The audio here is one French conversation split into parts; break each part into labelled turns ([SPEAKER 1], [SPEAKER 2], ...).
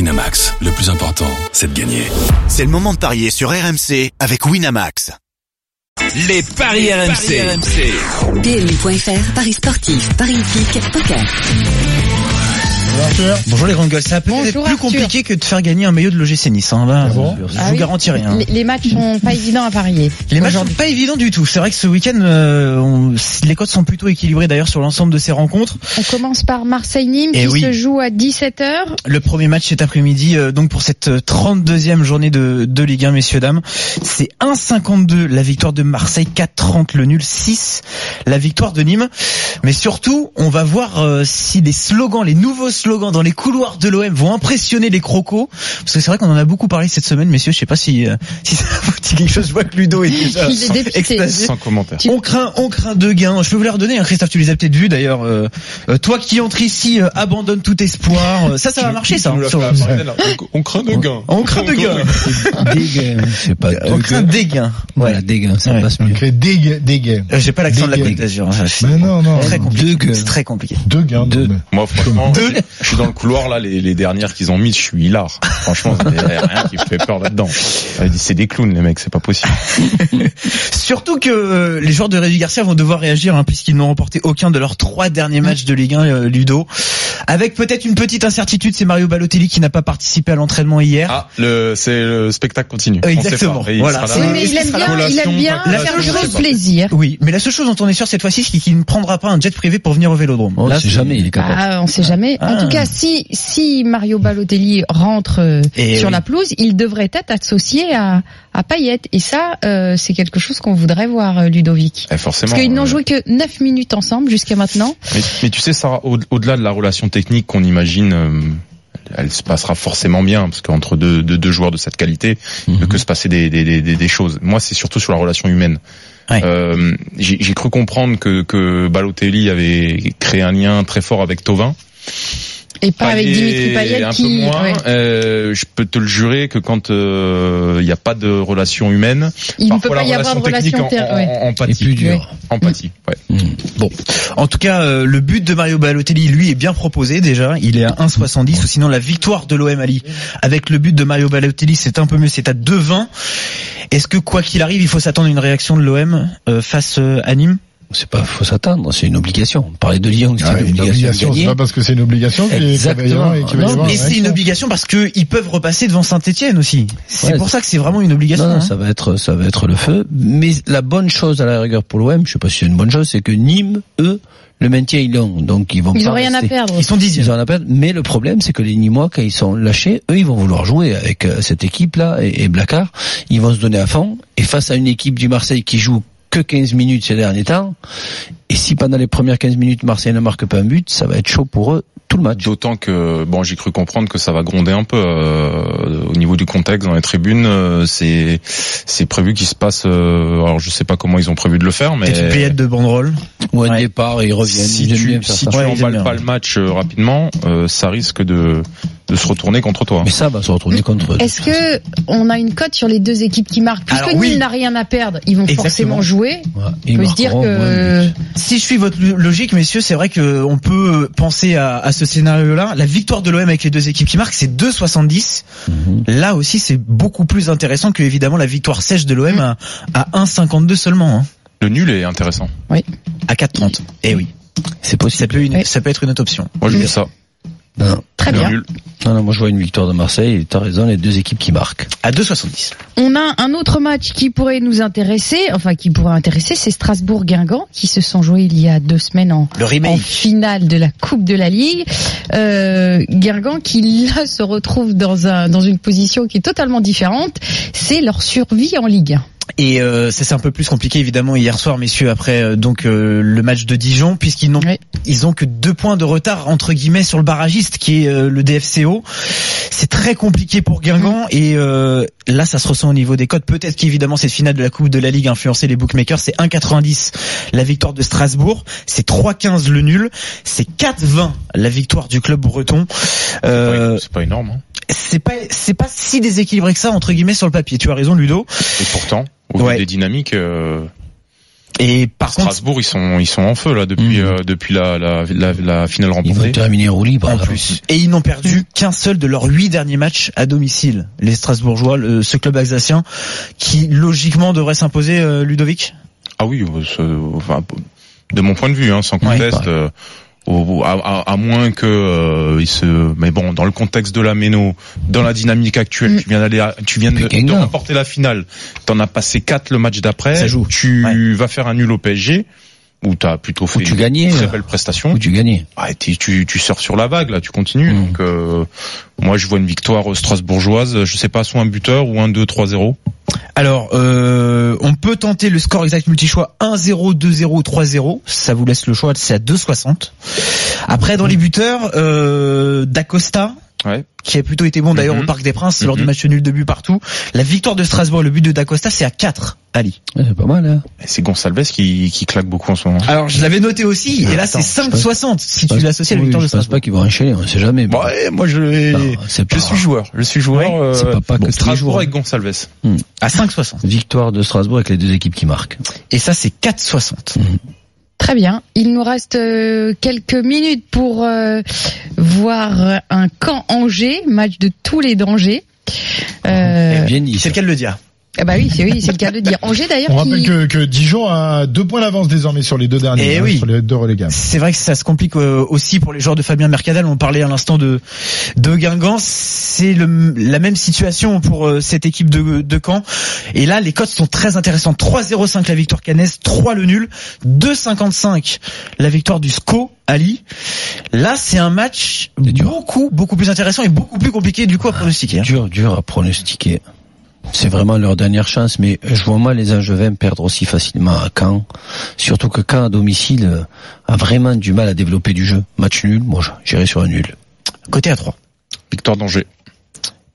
[SPEAKER 1] Winamax, le plus important, c'est de gagner.
[SPEAKER 2] C'est le moment de parier sur RMC avec Winamax.
[SPEAKER 3] Les paris, RMC.
[SPEAKER 4] PMU.fr, Paris sportif, Paris hippique, poker.
[SPEAKER 5] Bonjour les grands gosses. Ça peut être plus
[SPEAKER 6] Bonjour, Arthur.
[SPEAKER 5] compliqué que de faire gagner un maillot de l'OGC Nice. Hein. Là,
[SPEAKER 7] bon
[SPEAKER 5] je
[SPEAKER 6] Ah
[SPEAKER 5] vous
[SPEAKER 6] oui.
[SPEAKER 5] garantis rien.
[SPEAKER 6] Les, les matchs sont pas évidents à parier.
[SPEAKER 5] Les matchs sont
[SPEAKER 6] aujourd'hui.
[SPEAKER 5] pas évidents du tout. C'est vrai que ce week-end, euh, on- les cotes sont plutôt équilibrées d'ailleurs sur l'ensemble de ces rencontres.
[SPEAKER 6] On commence par Marseille-Nîmes
[SPEAKER 5] Eh
[SPEAKER 6] qui
[SPEAKER 5] oui.
[SPEAKER 6] se joue à 17h.
[SPEAKER 5] Le premier match cet après-midi, euh, donc pour cette euh, 32e journée de, de Ligue 1, messieurs dames, c'est 1,52 la victoire de Marseille, 4,30 le nul, 6 la victoire de Nîmes. Mais surtout, on va voir euh, si les slogans, les nouveaux slogans dans les couloirs de l'OM vont impressionner les crocos. Parce que c'est vrai qu'on en a beaucoup parlé cette semaine, messieurs. Je sais pas si euh, si ça vous dit quelque chose. Je vois que Ludo est déjà
[SPEAKER 6] Il est dépité.
[SPEAKER 5] extasié.
[SPEAKER 7] Sans commentaire.
[SPEAKER 5] On craint, on craint deux gains. Je peux vous les redonner, hein, Christophe, tu les as peut-être vus d'ailleurs. Euh, euh, toi qui entres ici, euh, abandonne tout espoir. Euh, Ça, ça va marcher, ça. hein, sur-
[SPEAKER 7] On craint de gain.
[SPEAKER 5] On craint deux gains.
[SPEAKER 8] Je sais pas.
[SPEAKER 5] On craint des gains.
[SPEAKER 8] Voilà, des gains, ça
[SPEAKER 5] Ouais.
[SPEAKER 8] passe mieux.
[SPEAKER 7] Ok, dégue, dégue.
[SPEAKER 5] Euh, J'ai pas l'accent de la
[SPEAKER 7] Des
[SPEAKER 5] Côte
[SPEAKER 7] gains.
[SPEAKER 5] d'Azur. hein, c'est
[SPEAKER 7] Mais non, non.
[SPEAKER 5] Très
[SPEAKER 7] non.
[SPEAKER 5] compliqué. C'est très compliqué. Euh,
[SPEAKER 7] Deux gains. non,
[SPEAKER 8] Deux.
[SPEAKER 7] mais-
[SPEAKER 9] Moi, franchement,
[SPEAKER 5] Deux.
[SPEAKER 9] je- je suis dans le couloir, là, les, les dernières qu'ils ont mises, je suis hilar. Franchement, il y a rien qui me fait peur là-dedans. Elle dit, C'est des clowns, les mecs, c'est pas possible.
[SPEAKER 5] Surtout que euh, les joueurs de Révi Garcia vont devoir réagir hein, puisqu'ils n'ont remporté aucun de leurs trois derniers matchs de Ligue 1 euh, Ludo. Avec peut-être une petite incertitude, c'est Mario Balotelli qui n'a pas participé à l'entraînement hier.
[SPEAKER 9] Ah, le, c'est le spectacle continue.
[SPEAKER 5] Euh,
[SPEAKER 9] On sait
[SPEAKER 5] exactement.
[SPEAKER 9] pas. Et il
[SPEAKER 5] Voilà.
[SPEAKER 9] sera là.
[SPEAKER 5] Ah,
[SPEAKER 6] oui, mais
[SPEAKER 5] est-ce
[SPEAKER 6] il aime
[SPEAKER 5] qu'il sera
[SPEAKER 6] bien, il aime bien
[SPEAKER 5] pas collation,
[SPEAKER 6] faire
[SPEAKER 5] pas
[SPEAKER 6] durer
[SPEAKER 5] collation.
[SPEAKER 6] le plaisir.
[SPEAKER 5] Oui, mais la seule chose dont on est sûr cette fois-ci, c'est qu'il ne prendra pas un jet privé pour venir au Vélodrome.
[SPEAKER 8] On
[SPEAKER 5] Là,
[SPEAKER 8] sait
[SPEAKER 5] c'est-
[SPEAKER 8] Oh, jamais, il est capable.
[SPEAKER 6] Ah, on sait jamais.
[SPEAKER 5] Ah.
[SPEAKER 6] En tout cas, si si Mario Balotelli rentre euh,
[SPEAKER 5] Et
[SPEAKER 6] sur
[SPEAKER 5] Eh oui.
[SPEAKER 6] la pelouse, il devrait être associé à à Payet. Et ça, euh, c'est quelque chose qu'on voudrait voir, euh, Ludovic.
[SPEAKER 9] Eh, forcément.
[SPEAKER 6] Parce qu'ils n'ont
[SPEAKER 9] euh,
[SPEAKER 6] joué que 9 minutes ensemble jusqu'à maintenant.
[SPEAKER 9] Mais, mais tu sais, Sarah, au- au-delà de la relation technique qu'on imagine, euh, elle se passera forcément bien, parce qu'entre deux, deux, deux joueurs de cette qualité, il peut que se passer des, des, des, des- des choses. Moi, c'est surtout sur la relation humaine.
[SPEAKER 5] Ouais.
[SPEAKER 9] Euh, J'ai j'ai cru comprendre que, que Balotelli avait créé un lien très fort avec Tovin.
[SPEAKER 6] Et pas Ah, avec
[SPEAKER 9] Payet,
[SPEAKER 6] Dimitri Payet
[SPEAKER 9] un
[SPEAKER 6] qui...
[SPEAKER 9] peu moins.
[SPEAKER 6] ouais.
[SPEAKER 9] Euh, je peux te le jurer que quand euh, il n'y a pas de relation humaine,
[SPEAKER 6] Il ne
[SPEAKER 9] parfois
[SPEAKER 6] peut pas
[SPEAKER 9] la
[SPEAKER 6] y avoir de
[SPEAKER 9] technique
[SPEAKER 6] relation...
[SPEAKER 9] en,
[SPEAKER 6] terre-
[SPEAKER 9] en-
[SPEAKER 6] ouais.
[SPEAKER 9] en- en
[SPEAKER 8] Et
[SPEAKER 9] pâtit.
[SPEAKER 8] plus dur.
[SPEAKER 9] En pâtit, ouais.
[SPEAKER 8] Hmm.
[SPEAKER 5] Bon, en tout cas, euh, le but de Mario Balotelli, lui, est bien proposé déjà. Il est à 1,70 ou sinon la victoire de l'OM Ali avec le but de Mario Balotelli, c'est un peu mieux, c'est à 2,20. Est-ce que quoi qu'il arrive, il faut s'attendre à une réaction de l'OM euh, face euh, à Nîmes
[SPEAKER 8] C'est pas, faut s'attendre, c'est une obligation. Parler de Lyon, c'est
[SPEAKER 7] Ah,
[SPEAKER 8] une
[SPEAKER 7] une
[SPEAKER 8] obligation.
[SPEAKER 7] obligation,
[SPEAKER 8] de
[SPEAKER 7] c'est
[SPEAKER 8] gagner.
[SPEAKER 7] pas parce que c'est une obligation qu'il qu'il va y avoir et qu'il va y
[SPEAKER 8] Non,
[SPEAKER 7] avoir hein. une
[SPEAKER 8] mais
[SPEAKER 5] Et c'est une
[SPEAKER 7] réaction.
[SPEAKER 5] obligation parce que ils peuvent repasser devant Saint-Étienne aussi. C'est
[SPEAKER 8] Ouais,
[SPEAKER 5] pour ça que c'est vraiment une obligation.
[SPEAKER 8] Non, non,
[SPEAKER 5] hein.
[SPEAKER 8] ça va être, ça va être le feu. Mais la bonne chose à la rigueur pour l'OM, je sais pas si c'est une bonne chose, c'est que Nîmes, eux, le maintien ils l'ont, donc ils vont
[SPEAKER 6] Ils
[SPEAKER 8] pas
[SPEAKER 6] n'ont rien à
[SPEAKER 8] rester.
[SPEAKER 6] perdre.
[SPEAKER 5] Ils sont dixièmes.
[SPEAKER 8] Ils ont rien à perdre. Mais le problème, c'est que les Nîmois, quand ils sont lâchés, eux, ils vont vouloir jouer avec euh, cette équipe-là et, et Blacard. Ils vont se donner à fond. Et face à une équipe du Marseille qui joue que 15 minutes ces derniers temps, et si pendant les premières 15 minutes, Marseille ne marque pas un but, ça va être chaud pour eux tout le match.
[SPEAKER 9] D'autant que bon, j'ai cru comprendre que ça va gronder un peu euh, au niveau du contexte dans les tribunes. euh, c'est c'est prévu qu'il se passe. euh, alors je sais pas comment ils ont prévu de le faire, mais
[SPEAKER 5] Peut-être une pléiade de banderoles.
[SPEAKER 8] Ou un
[SPEAKER 5] Ouais.
[SPEAKER 8] départ, ils reviennent.
[SPEAKER 9] si
[SPEAKER 8] ils aiment
[SPEAKER 9] tu
[SPEAKER 8] bien faire
[SPEAKER 9] si
[SPEAKER 8] ça.
[SPEAKER 9] tu
[SPEAKER 5] Ouais, ils aiment bien.
[SPEAKER 9] emballes pas le match euh, rapidement, euh, ça risque de de se retourner contre toi.
[SPEAKER 8] Mais ça va se retrouver contre eux.
[SPEAKER 6] Est-ce que on a une cote sur les deux équipes qui marquent Puisque
[SPEAKER 5] Alors,
[SPEAKER 6] Nîmes
[SPEAKER 5] oui.
[SPEAKER 6] n'a rien à perdre, ils vont
[SPEAKER 5] Exactement.
[SPEAKER 6] forcément jouer.
[SPEAKER 8] Voilà.
[SPEAKER 6] On
[SPEAKER 8] Ils
[SPEAKER 6] peut se dire
[SPEAKER 8] marqueront au moins
[SPEAKER 6] que
[SPEAKER 8] un but.
[SPEAKER 5] Si je suis votre lo- logique, messieurs, c'est vrai que euh, on peut penser à, à ce scénario-là. La victoire de l'OM avec les deux équipes qui marquent, c'est 2,70.
[SPEAKER 8] Mhm.
[SPEAKER 5] Là aussi, c'est beaucoup plus intéressant que évidemment la victoire sèche de l'OM à, à 1,52 seulement, hein,
[SPEAKER 9] Le nul est intéressant.
[SPEAKER 5] à 4,30. Eh oui,
[SPEAKER 8] C'est
[SPEAKER 5] ça
[SPEAKER 8] possible.
[SPEAKER 5] peut, une-
[SPEAKER 6] Oui.
[SPEAKER 5] ça peut être une autre option.
[SPEAKER 9] Moi je dis ça.
[SPEAKER 8] Non, non.
[SPEAKER 6] Mm. Très
[SPEAKER 9] le
[SPEAKER 6] bien.
[SPEAKER 9] nul.
[SPEAKER 8] Non, non, moi je vois une victoire de Marseille. et T'as raison, les deux équipes qui marquent.
[SPEAKER 5] À 2,70.
[SPEAKER 6] On a un autre match qui pourrait nous intéresser, enfin qui pourrait intéresser, c'est Strasbourg-Guingamp qui se sont joués il y a deux semaines en,
[SPEAKER 5] Le
[SPEAKER 6] en
[SPEAKER 5] remake.
[SPEAKER 6] finale de la Coupe de la Ligue. Euh, Guingamp qui là se retrouve dans, un, dans une position qui est totalement différente, c'est leur survie en Ligue 1.
[SPEAKER 5] Et euh, ça c'est un peu plus compliqué évidemment hier soir, messieurs, après euh, donc euh, le match de Dijon, puisqu'ils n'ont
[SPEAKER 6] Oui.
[SPEAKER 5] ils ont que deux points de retard entre guillemets sur le barragiste qui est euh, le DFCO. C'est très compliqué pour Guingamp et euh, là ça se ressent au niveau des codes. Peut-être qu'évidemment cette finale de la Coupe de la Ligue a influencé les bookmakers. C'est 1,90 la victoire de Strasbourg, c'est 3,15 le nul, c'est 4,20 la victoire du club breton. Euh,
[SPEAKER 9] Ouais, C'est pas énorme. hein.
[SPEAKER 5] c'est pas c'est pas si déséquilibré que ça entre guillemets sur le papier. Tu as raison Ludo.
[SPEAKER 9] Et pourtant, au
[SPEAKER 5] Ouais.
[SPEAKER 9] vu des dynamiques. euh,
[SPEAKER 5] Et par contre, Mm.
[SPEAKER 9] Strasbourg, ils sont, ils sont en feu là depuis,
[SPEAKER 8] Mhm.
[SPEAKER 9] euh, depuis la, la, la, la finale
[SPEAKER 8] Ils vont
[SPEAKER 9] remportée.
[SPEAKER 8] terminer au libre.
[SPEAKER 5] en
[SPEAKER 8] alors.
[SPEAKER 5] plus, et ils n'ont perdu qu'un seul de leurs huit derniers matchs à domicile. Les Strasbourgeois, le- ce club alsacien, qui logiquement devrait s'imposer, euh, Ludovic.
[SPEAKER 9] Ah oui, euh, ce- enfin, de mon point de vue, hein, sans conteste.
[SPEAKER 8] pareil.
[SPEAKER 9] euh, au- au- à, à- à moins que euh, il se, mais bon, dans le contexte de la méno, dans la dynamique actuelle,
[SPEAKER 6] Mm.
[SPEAKER 9] tu viens d'aller, à- tu viens de,
[SPEAKER 8] Mais Gengar.
[SPEAKER 9] de remporter la finale, t'en as passé quatre le match d'après,
[SPEAKER 8] Ça joue.
[SPEAKER 9] tu
[SPEAKER 5] Ouais.
[SPEAKER 9] vas faire un nul au PSG où t'as plutôt fait
[SPEAKER 8] tu
[SPEAKER 9] une
[SPEAKER 8] gagnais,
[SPEAKER 9] très
[SPEAKER 8] euh.
[SPEAKER 9] belle prestation.
[SPEAKER 8] Ou tu gagnais.
[SPEAKER 9] Ah, et tu, tu, tu sors sur la vague là, tu continues.
[SPEAKER 8] Mm.
[SPEAKER 9] Donc euh, moi, je vois une victoire euh, strasbourgeoise. Je sais pas, soit un buteur ou un 2-3-0.
[SPEAKER 5] Alors, euh, on peut tenter le score exact multi-choix 1-0, 2-0, 3-0. Ça vous laisse le choix, c'est à 2,60. Après, dans les buteurs, euh, D'Acosta,
[SPEAKER 9] Ouais.
[SPEAKER 5] qui a plutôt été bon d'ailleurs
[SPEAKER 9] Mhm.
[SPEAKER 5] au Parc des Princes lors du
[SPEAKER 9] Mhm.
[SPEAKER 5] match nul de but partout. La victoire de Strasbourg, le but de D'Acosta, c'est à 4, Ali.
[SPEAKER 8] Ouais, C'est pas mal, hein.
[SPEAKER 9] Et C'est Gonsalves qui, qui claque beaucoup en ce moment.
[SPEAKER 5] Alors, je l'avais noté aussi, et là, c'est
[SPEAKER 8] Attends,
[SPEAKER 5] 5,60 si tu
[SPEAKER 8] Parce-
[SPEAKER 5] l'associes à la
[SPEAKER 8] oui,
[SPEAKER 5] victoire de
[SPEAKER 8] Je pense
[SPEAKER 5] Strasbourg.
[SPEAKER 8] pas qu'ils vont enchaîner, on sait jamais.
[SPEAKER 9] Bon, ouais, moi je
[SPEAKER 8] Eh ben, Non, c'est pas-
[SPEAKER 9] je suis joueur, je suis joueur.
[SPEAKER 8] Ouais,
[SPEAKER 9] euh,
[SPEAKER 8] c'est pas- pas que tous les jours. hein.
[SPEAKER 9] Strasbourg avec Gonsalves.
[SPEAKER 5] À 5,60.
[SPEAKER 8] Hmm. Victoire de Strasbourg avec les deux équipes qui marquent.
[SPEAKER 5] Et ça, c'est 4,60.
[SPEAKER 6] Très bien. Il nous reste euh, quelques minutes pour euh, voir un camp Angers, match de tous les dangers. Euh,
[SPEAKER 8] Eh Bien dit.
[SPEAKER 5] C'est
[SPEAKER 8] ça.
[SPEAKER 5] le cas de le dire.
[SPEAKER 6] ah bah oui, c'est oui, c'est le cas de le dire. Angers
[SPEAKER 7] On
[SPEAKER 6] d'ailleurs
[SPEAKER 7] rappelle
[SPEAKER 6] qui
[SPEAKER 7] que, que Dijon a deux points d'avance désormais sur les deux derniers, hein,
[SPEAKER 5] Eh oui.
[SPEAKER 7] sur les deux relégables.
[SPEAKER 5] C'est vrai que ça se complique euh, aussi pour les joueurs de Fabien Mercadal. On parlait à l'instant de de Guingamp. C'est le- la même situation pour euh, cette équipe de, de Caen. Et là, les cotes sont très intéressantes. 3,05 la victoire canaise, 3 le nul, 2,55 la victoire du SCO Ali. Là, c'est un match
[SPEAKER 8] C'est dur.
[SPEAKER 5] beaucoup beaucoup plus intéressant et beaucoup plus compliqué du coup à pronostiquer. hein.
[SPEAKER 8] Dur, dur à pronostiquer. C'est vraiment leur dernière chance, mais je vois mal les Angevins perdre aussi facilement à Caen. Surtout que Caen, à domicile, euh, a vraiment du mal à développer du jeu. Match nul, moi j'irai sur un nul.
[SPEAKER 5] Côté à 3.
[SPEAKER 9] Victoire d'Angers.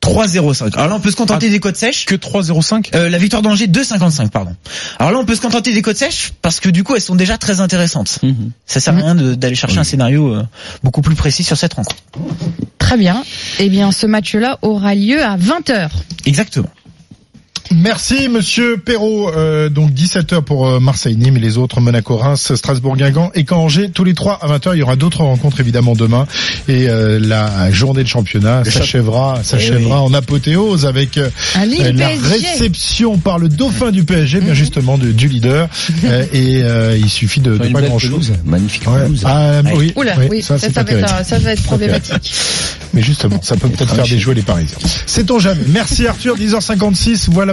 [SPEAKER 5] 3,05. Alors là, on peut se contenter des cotes sèches.
[SPEAKER 9] Que 3-0-5
[SPEAKER 5] Euh, la victoire d'Angers 2,55 pardon. Alors là on peut se contenter des cotes sèches parce que du coup elles sont déjà très intéressantes.
[SPEAKER 8] Mhm.
[SPEAKER 5] Ça sert à rien de- d'aller chercher un scénario euh, beaucoup plus précis sur cette rencontre.
[SPEAKER 6] très bien. Eh bien, ce match-là aura lieu à 20 h
[SPEAKER 5] Exactement.
[SPEAKER 7] Merci Monsieur Perrault. Euh, donc 17h pour euh, Marseille-Nîmes et les autres Monaco-Reims, Strasbourg-Guingamp et Caen-Angers. Tous les trois à 20h. Il y aura d'autres rencontres évidemment demain. Et euh, la journée de championnat s'achèvera s'achèvera en apothéose avec euh,
[SPEAKER 6] Un Lille
[SPEAKER 7] la
[SPEAKER 6] PSG.
[SPEAKER 7] réception par le dauphin du PSG,
[SPEAKER 6] Mhm.
[SPEAKER 7] bien justement de- du leader. Euh, et euh, il suffit de, de
[SPEAKER 8] Une
[SPEAKER 7] pas
[SPEAKER 8] belle
[SPEAKER 7] grand-chose.
[SPEAKER 8] pelouse, Magnifique
[SPEAKER 7] Ouais.
[SPEAKER 8] pelouse.
[SPEAKER 7] Ah, oui,
[SPEAKER 6] Oula,
[SPEAKER 7] oui,
[SPEAKER 6] oui, ça, ça,
[SPEAKER 7] c'est pas
[SPEAKER 6] va être,
[SPEAKER 7] terrible.
[SPEAKER 6] un- ça va être problématique.
[SPEAKER 7] Mais justement, ça peut
[SPEAKER 8] Ah,
[SPEAKER 7] peut-être faire des jouets les Parisiens. C'est on jamais. Merci Arthur, 10h56. Voilà